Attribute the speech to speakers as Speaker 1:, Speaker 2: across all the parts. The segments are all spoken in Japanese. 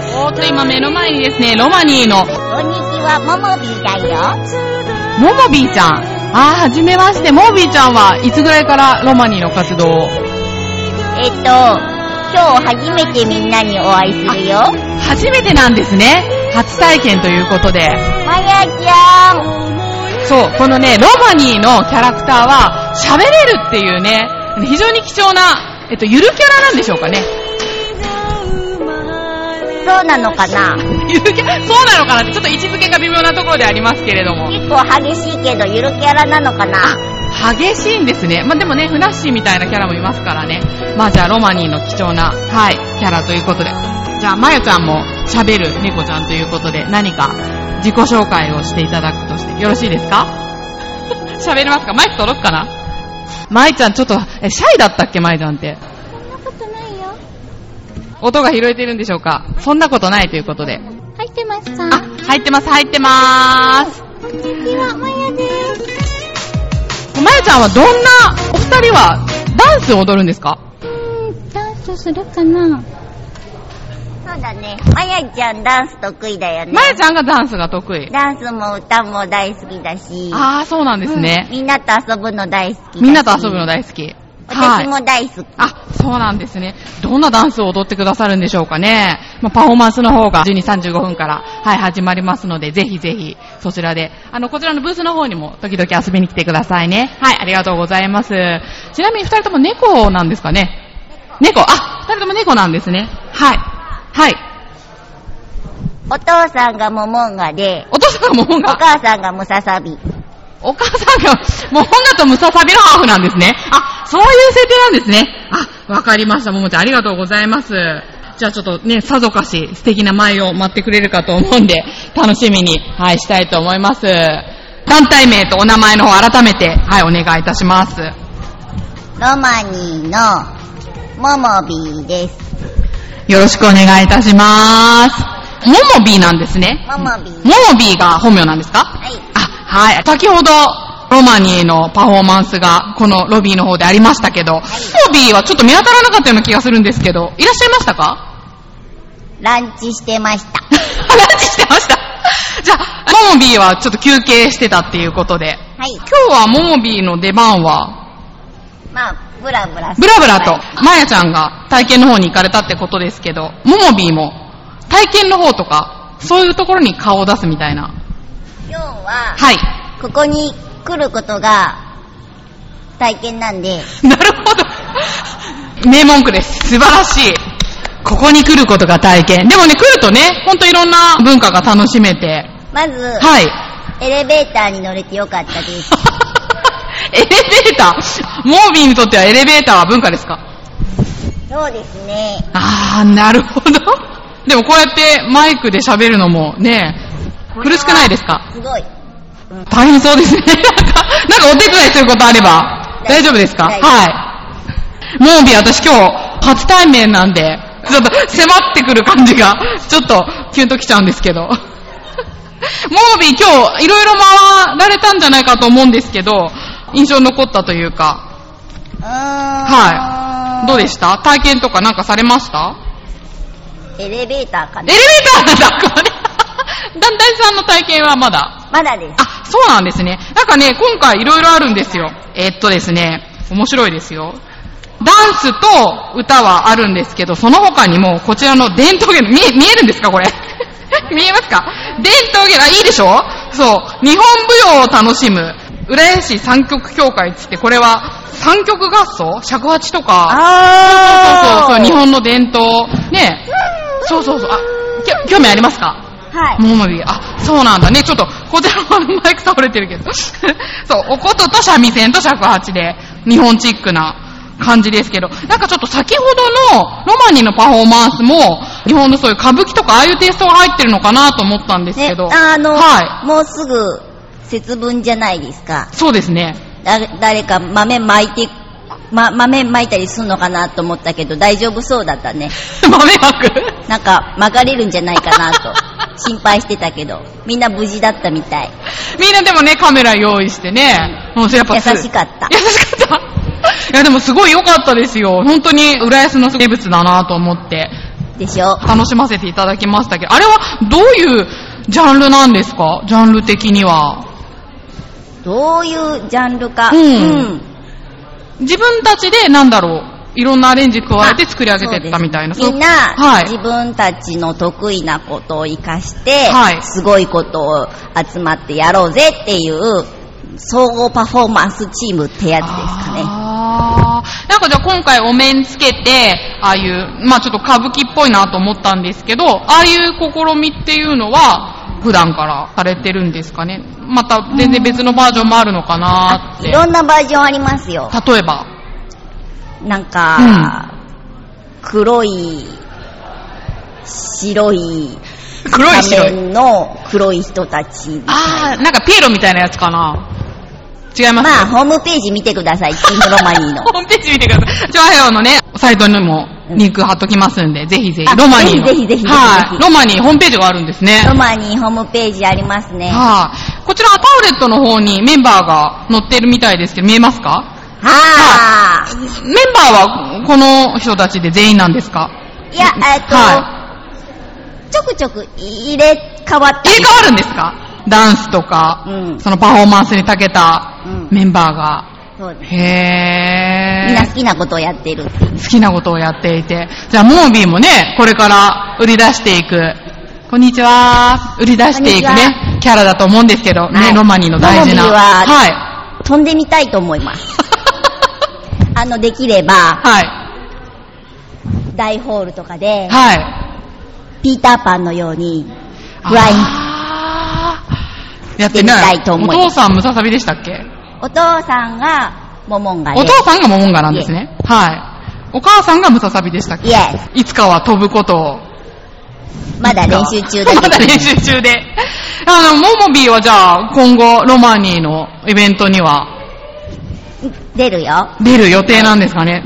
Speaker 1: おっと、今目の前にですね、ロマニーの、
Speaker 2: こんにちは、ももびーだよ。
Speaker 1: モモビーちゃん。あー、はじめまして。モモビーちゃんはいつぐらいからロマニーの活動を
Speaker 2: えっと、今日初めてみんなにお会いするよ。
Speaker 1: 初めてなんですね。初体験ということで。
Speaker 2: まやちゃん。
Speaker 1: そう、このね、ロマニーのキャラクターは、喋れるっていうね、非常に貴重な、えっと、ゆるキャラなんでしょうかね。
Speaker 2: そうなのかな
Speaker 1: ゆるキャラ、そうなのかなって、ちょっと位置づけが微妙なところでありますけれども。
Speaker 2: 結構激しいけど、ゆるキャラなのかな
Speaker 1: 激しいんですね。まあ、でもね、フナッシーみたいなキャラもいますからね。まあ、じゃあ、ロマニーの貴重な、はい、キャラということで。じゃあ、まゆちゃんも喋る猫ちゃんということで、何か自己紹介をしていただくとして、よろしいですか 喋れますかマイク届くかなまゆちゃん、ちょっと、え、シャイだったっけまゆちゃんって。
Speaker 2: そんなことないよ。
Speaker 1: 音が拾えてるんでしょうかそんなことないということで。
Speaker 2: 入ってますか
Speaker 1: あ、入ってます、入ってまーす。
Speaker 2: こんにちは、まやです。
Speaker 1: まゆちゃんはどんな、お二人は、ダンスを踊るんですか
Speaker 3: うん、ダンスするかな
Speaker 2: そうだね。まやちゃん、ダンス得意だよね。
Speaker 1: まゆちゃんがダンスが得意。
Speaker 2: ダンスも歌も大好きだし。
Speaker 1: あー、そうなんですね。
Speaker 2: みんなと遊ぶの大好きだし。
Speaker 1: みんなと遊ぶの大好き。は
Speaker 2: 私
Speaker 1: い。
Speaker 2: も大好き。
Speaker 1: あ、そうなんですね。どんなダンスを踊ってくださるんでしょうかね。まあ、パフォーマンスの方が12、35分から、はい、始まりますので、ぜひぜひ、そちらで、あの、こちらのブースの方にも、時々遊びに来てくださいね。はい、ありがとうございます。ちなみに二人とも猫なんですかね猫、あ、二人とも猫なんですね。はい。はい。
Speaker 2: お父さんがモモンガで、
Speaker 1: お父さんがモモン
Speaker 2: お
Speaker 1: ガ。
Speaker 2: 母さんがムササビ。
Speaker 1: お母さんが、もう本ガとムササビのハーフなんですね。あ、そういう設定なんですね。あ、わかりました。ももちゃん、ありがとうございます。じゃあちょっとね、さぞかし素敵な舞を待ってくれるかと思うんで、楽しみに、はい、したいと思います。団体名とお名前の方改めて、はい、お願いいたします。
Speaker 2: ロマニーのモモビーです。
Speaker 1: よろしくお願いいたします。ももびーなんですね。
Speaker 2: モモビー。
Speaker 1: ももびーが本名なんですか
Speaker 2: はい。
Speaker 1: あ、はい。先ほど、ロマニーのパフォーマンスが、このロビーの方でありましたけど、ロビーはちょっと見当たらなかったような気がするんですけど、いらっしゃいましたか
Speaker 2: ランチしてました。
Speaker 1: 話してました。じゃあ、モモビーはちょっと休憩してたっていうことで、
Speaker 2: はい。
Speaker 1: 今日はモモビーの出番は、
Speaker 2: まあ、ブラブラす
Speaker 1: ブ
Speaker 2: る
Speaker 1: ラブラと、マヤちゃんが体験の方に行かれたってことですけど、モモビーも、体験の方とか、そういうところに顔を出すみたいな。
Speaker 2: 今日は、
Speaker 1: はい。
Speaker 2: ここに来ることが体験なんで、
Speaker 1: なるほど。名文句です。素晴らしい。ここに来ることが体験。でもね、来るとね、ほんといろんな文化が楽しめて。
Speaker 2: まず、
Speaker 1: はい。
Speaker 2: エレベーターに乗れてよかったです。
Speaker 1: エレベーター。モービーにとってはエレベーターは文化ですか
Speaker 2: そうですね。
Speaker 1: あー、なるほど。でもこうやってマイクで喋るのもね、苦しくないですか
Speaker 2: すごい。
Speaker 1: 大変そうですね。 なんか、なんかお手伝いすることあれば、大
Speaker 2: 大
Speaker 1: 丈夫ですか
Speaker 2: 大丈夫
Speaker 1: はい。モービー、私今日、初対面なんで、ちょっと迫ってくる感じが、ちょっと、キュンときちゃうんですけど。 モービー、今日、いろいろ回られたんじゃないかと思うんですけど、印象に残ったというか、
Speaker 2: うーん。
Speaker 1: はどうでした体験とかなんかされました
Speaker 2: エレベーターか
Speaker 1: エ
Speaker 2: な
Speaker 1: レベーター なんだ、これ。だんだんさんの体験はまだ
Speaker 2: まだです。
Speaker 1: あ、そうなんですね。なんかね、今回いろいろあるんですよ。えっとですね、面白いですよ。ダンスと歌はあるんですけど、その他にも、こちらの伝統芸能、見え、見えるんですかこれ。 見えますか伝統芸能、あ、いいでしょそう。日本舞踊を楽しむ、浦安市三曲協会っつって、これは三曲合奏尺八とか、そうそうそう、日本の伝統。ねそうそうそう。あ、きょ興味ありますか
Speaker 2: はい。
Speaker 1: モモビー、あ、そうなんだね。ちょっと、こちらのマイク倒れてるけど。 そう、おことと三味線と尺八で、日本チックな感じですけど、なんかちょっと先ほどのロマニーのパフォーマンスも、日本のそういう歌舞伎とかああいうテイストが入ってるのかなと思ったんですけ
Speaker 2: ね
Speaker 1: ど、、
Speaker 2: あの、
Speaker 1: は
Speaker 2: もうすぐ節分じゃないですか。
Speaker 1: い。そうですね。
Speaker 2: だ誰か豆巻いて、ま、豆巻いたりすんのかなと思ったけど、大丈夫そうだったね。
Speaker 1: 豆まく。
Speaker 2: なんか、巻かれるんじゃないかなと、心配してたけど、みんな無事だったみたい。
Speaker 1: みんなでもね、カメラ用意してね、もうそれやっぱす
Speaker 2: 優しかった
Speaker 1: 優しかったいや、でもすごい良かったですよ。本当に、浦安の名物だなと思って。
Speaker 2: でしょ
Speaker 1: 楽しませていただきましたけど、あれはどういうジャンルなんですかジャンル的には。
Speaker 2: どういうジャンルか。
Speaker 1: うん自分たちでなんだろう、いろんなアレンジ加えて作り上げていったみたいな。
Speaker 2: そうですみんな、
Speaker 1: はい
Speaker 2: 自分たちの得意なことを活かして、
Speaker 1: はい
Speaker 2: すごいことを集まってやろうぜっていう、総合パフォーマンスチームってやつですかね。
Speaker 1: あーなんかじゃあ今回お面つけて、ああいう、まあちょっと歌舞伎っぽいなと思ったんですけど、ああいう試みっていうのは、普段からされてるんですかねまた全然別のバージョンもあるのかなって。
Speaker 2: いろんなバージョンありますよ。
Speaker 1: 例えば。
Speaker 2: なんか、黒い、白い、
Speaker 1: 黒い白い
Speaker 2: 仮面の黒い人たちみたい
Speaker 1: あ
Speaker 2: な。
Speaker 1: ー、なんかピエロみたいなやつかな違います
Speaker 2: まあ、ホームページ見てくだ さい、チームロマニーの。
Speaker 1: ホームページ見てください。チョアヘオのね、サイトにもリンク貼っときますんで、ぜひぜひ、
Speaker 2: あ
Speaker 1: ロマニーの。
Speaker 2: ぜひぜひぜひぜひ
Speaker 1: はい。ロマニー、ホームページがあるんですね。
Speaker 2: ロマニーホームページありますね。は
Speaker 1: はい。こちらはタブレットの方にメンバーが載ってるみたいですけど、見えますか
Speaker 2: あ。
Speaker 1: メンバーはこの人たちで全員なんですか
Speaker 2: いや、えっと、
Speaker 1: は
Speaker 2: ちょくちょく入れ替わって。
Speaker 1: 入れ替わるんですかダンスとか、
Speaker 2: うん。
Speaker 1: そのパフォーマンスに長けた
Speaker 2: うん
Speaker 1: メンバーが。
Speaker 2: そうです。みん
Speaker 1: へ
Speaker 2: な
Speaker 1: ー
Speaker 2: 好。きなことをやってるっていう。
Speaker 1: 好きなことをやっていて。じゃあ、モービーもね、これから売り出していく。こんにちは。売り出していく
Speaker 2: こんにち
Speaker 1: ね、キャラだと思うんですけど、
Speaker 2: は
Speaker 1: ね、
Speaker 2: い
Speaker 1: ロマニーの大事な。
Speaker 2: モービーは
Speaker 1: はい。
Speaker 2: 飛んでみたいと思います。 あの、できれば、
Speaker 1: は
Speaker 2: 大ホールとかで
Speaker 1: い。、はい。
Speaker 2: ピーターパンのように、フライン
Speaker 1: あーやって
Speaker 2: や
Speaker 1: な
Speaker 2: り
Speaker 1: い
Speaker 2: たいと思
Speaker 1: お
Speaker 2: い
Speaker 1: 父
Speaker 2: ます
Speaker 1: さんムササビでしたっけ
Speaker 2: お父さんがモモンガで。
Speaker 1: お父さんがモモンガなんですね。はい。お母さんがムササビでしたっけ
Speaker 2: イエ
Speaker 1: いつかは飛ぶことを。
Speaker 2: ス。まだ練習中だけど。
Speaker 1: まだ練習中で。あの、モモビーはじゃあ今後ロマニーのイベントには
Speaker 2: 出るよ。
Speaker 1: 出る予定なんですかね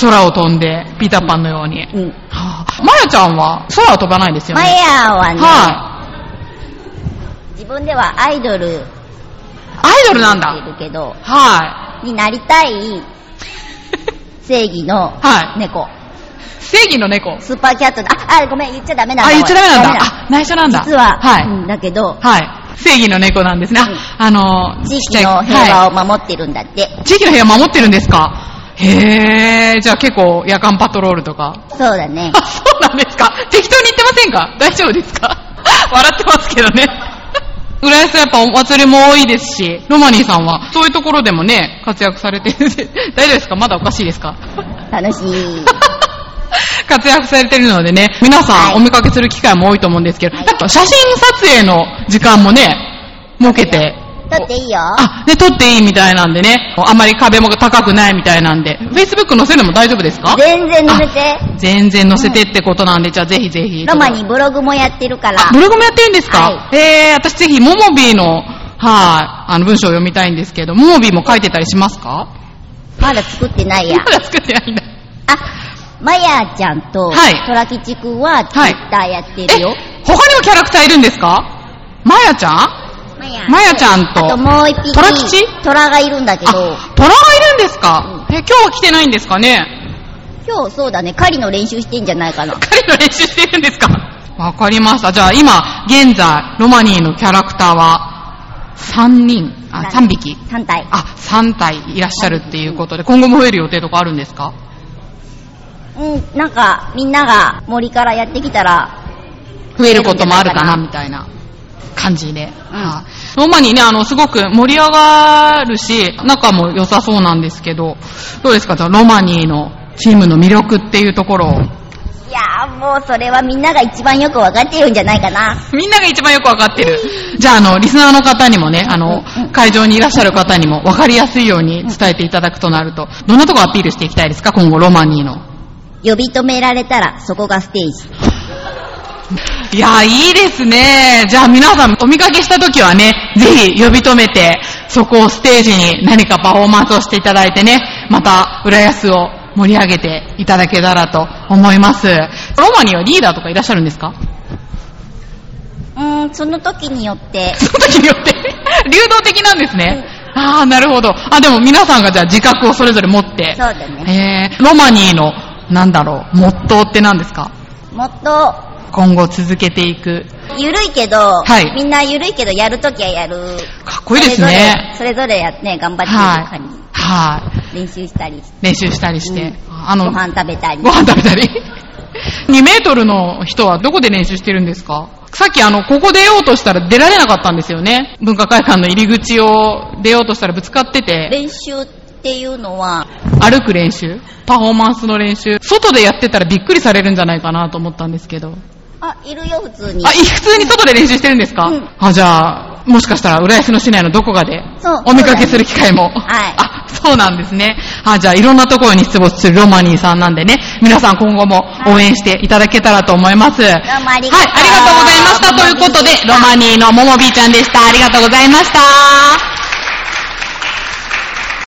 Speaker 1: 空を飛んで、ピーターパンのように。
Speaker 2: うん。
Speaker 1: はあまやちゃんは空は飛ばないですよ
Speaker 2: マ
Speaker 1: ね。
Speaker 2: ヤはね、
Speaker 1: は
Speaker 2: 自分ではアイドル
Speaker 1: い。アイドルなん
Speaker 2: い
Speaker 1: だ。
Speaker 2: るけど、
Speaker 1: はい。
Speaker 2: になりたい正義の
Speaker 1: はい。
Speaker 2: 猫。
Speaker 1: 正義の猫。
Speaker 2: スーパーキャットだ。あ、あ、ごめん、言っちゃダメなんだ。
Speaker 1: あ、言っちゃダメなん
Speaker 2: ごめん
Speaker 1: だ。あ、内緒なんだ。
Speaker 2: 実は、
Speaker 1: はい。
Speaker 2: うんだけど、
Speaker 1: はい。正義の猫なんですね。ああのー
Speaker 2: 地域の平
Speaker 1: は
Speaker 2: 和を守ってるんだって。
Speaker 1: い地域の平和守ってるんですかへー。じゃあ結構夜間パトロールとか。
Speaker 2: そうだ ね。
Speaker 1: あ、そうなんですか適当に言ってませんか大丈夫ですか 笑ってますけどね。浦安はやっぱお祭りも多いですし、ロマニーさんはそういうところでもね、活躍されてるんで、 大丈夫ですかまだおかしいですか
Speaker 2: 楽しい。
Speaker 1: 活躍されてるのでね、皆さ
Speaker 2: はい
Speaker 1: んお見かけする機会も多いと思うんですけど、
Speaker 2: はい
Speaker 1: やっぱ写真撮影の時間もね、設けて
Speaker 2: だっていいよ。
Speaker 1: あ、で、撮っていいみたいなんでね。あまり壁も高くないみたいなんで。Facebook 載せるのも大丈夫ですか
Speaker 2: 全然乗せて。
Speaker 1: 全然載せてってことなんで、じゃあぜひぜひ。
Speaker 2: ロマにブログもやってるから。
Speaker 1: あ、ブログもやってるんですか、
Speaker 2: は
Speaker 1: えー、私ぜひ、ももびーの、はい、あの、文章を読みたいんですけど、ももびーも書いてたりしますか
Speaker 2: まだ作ってないや
Speaker 1: ま。だ作ってないんだ。
Speaker 2: あ、マヤちゃんと、
Speaker 1: はい
Speaker 2: トラキチ君は、ツイ
Speaker 1: はい
Speaker 2: ッターやって
Speaker 1: え、
Speaker 2: るよ。
Speaker 1: 他にもキャラクターいるんですかまやちゃん
Speaker 2: マヤ
Speaker 1: まやちゃんと
Speaker 2: あともう一匹、
Speaker 1: トラ吉
Speaker 2: トラがいるんだけど、
Speaker 1: あ、虎がいるんですか、え、今日は来てないんですかね
Speaker 2: 今日そうだね、狩りの練習してんじゃないかな。
Speaker 1: 彼の練習してるんですかわかりました。じゃあ今、現在、ロマニーのキャラクターは、3人、あ、3匹。
Speaker 2: 三体。
Speaker 1: あ、3体いらっしゃるっていうことで、今後も増える予定とかあるんですか
Speaker 2: うん、なんか、みんなが森からやってきたら、
Speaker 1: 増えることもあるかな、
Speaker 2: 増える
Speaker 1: みたいな感じで。
Speaker 2: うん
Speaker 1: はいロマニーね、あの、すごく盛り上がるし、仲も良さそうなんですけど、どうですかじゃあロマニーのチームの魅力っていうところを。
Speaker 2: いやーもうそれはみんなが一番よくわかってるんじゃないかな。
Speaker 1: みんなが一番よくわかってる。じゃあ、あの、リスナーの方にもね、あの、会場にいらっしゃる方にも分かりやすいように伝えていただくとなると、どんなとこアピールしていきたいですか今後、ロマニーの。
Speaker 2: 呼び止められたら、そこがステージ。
Speaker 1: いや、いいですね。じゃあ、皆さん、お見かけした時はね、ぜひ呼び止めて、そこをステージに何かパフォーマンスをしていただいてね、また、浦安を盛り上げていただけたらと思います。ロマニーはリーダーとかいらっしゃるんですか
Speaker 2: うーん、その時によって、
Speaker 1: その時によって 流動的なんですね。ああ、なるほど。あ、でも皆さんがじゃあ自覚をそれぞれ持って
Speaker 2: そう。だね。
Speaker 1: えー、ロマニーの、なんだろう、モットーって何ですか
Speaker 2: もっと、
Speaker 1: 今後続けていく。
Speaker 2: ゆるいけど、
Speaker 1: はい
Speaker 2: みんなゆるいけど、やるときはやる。
Speaker 1: かっこいいですね。
Speaker 2: それぞれそれぞれやってね、頑張って
Speaker 1: は
Speaker 2: る
Speaker 1: い
Speaker 2: 感。
Speaker 1: はい。
Speaker 2: じ。練習したりして、
Speaker 1: 練習したりして。あ
Speaker 2: ご
Speaker 1: の、
Speaker 2: 飯食べたり。
Speaker 1: ご飯食べたり。2メートルの人はどこで練習してるんですかさっきあの、ここ出ようとしたら出られなかったんですよね。文化会館の入り口を出ようとしたらぶつかってて、
Speaker 2: 練習っていうのは、
Speaker 1: 歩く練習、パフォーマンスの練習、外でやってたらびっくりされるんじゃないかなと思ったんですけど。
Speaker 2: あ、いるよ、普通に
Speaker 1: あ、。い普通に外で練習してるんですか、
Speaker 2: うん
Speaker 1: あ、じゃあ、もしかしたら浦安の市内のどこかで
Speaker 2: そう、
Speaker 1: お見かけする機会も。
Speaker 2: はい
Speaker 1: あ、そうなんですね。あ、じゃあ、いろんなところに出没するロマニーさんなんでね、皆さん今後も応援していただけたらと思います。はい、ありがとう
Speaker 2: もあり
Speaker 1: ご
Speaker 2: がとう
Speaker 1: ざいました。ということで、ロマニーのももびーちゃんでした。ありがとうございました。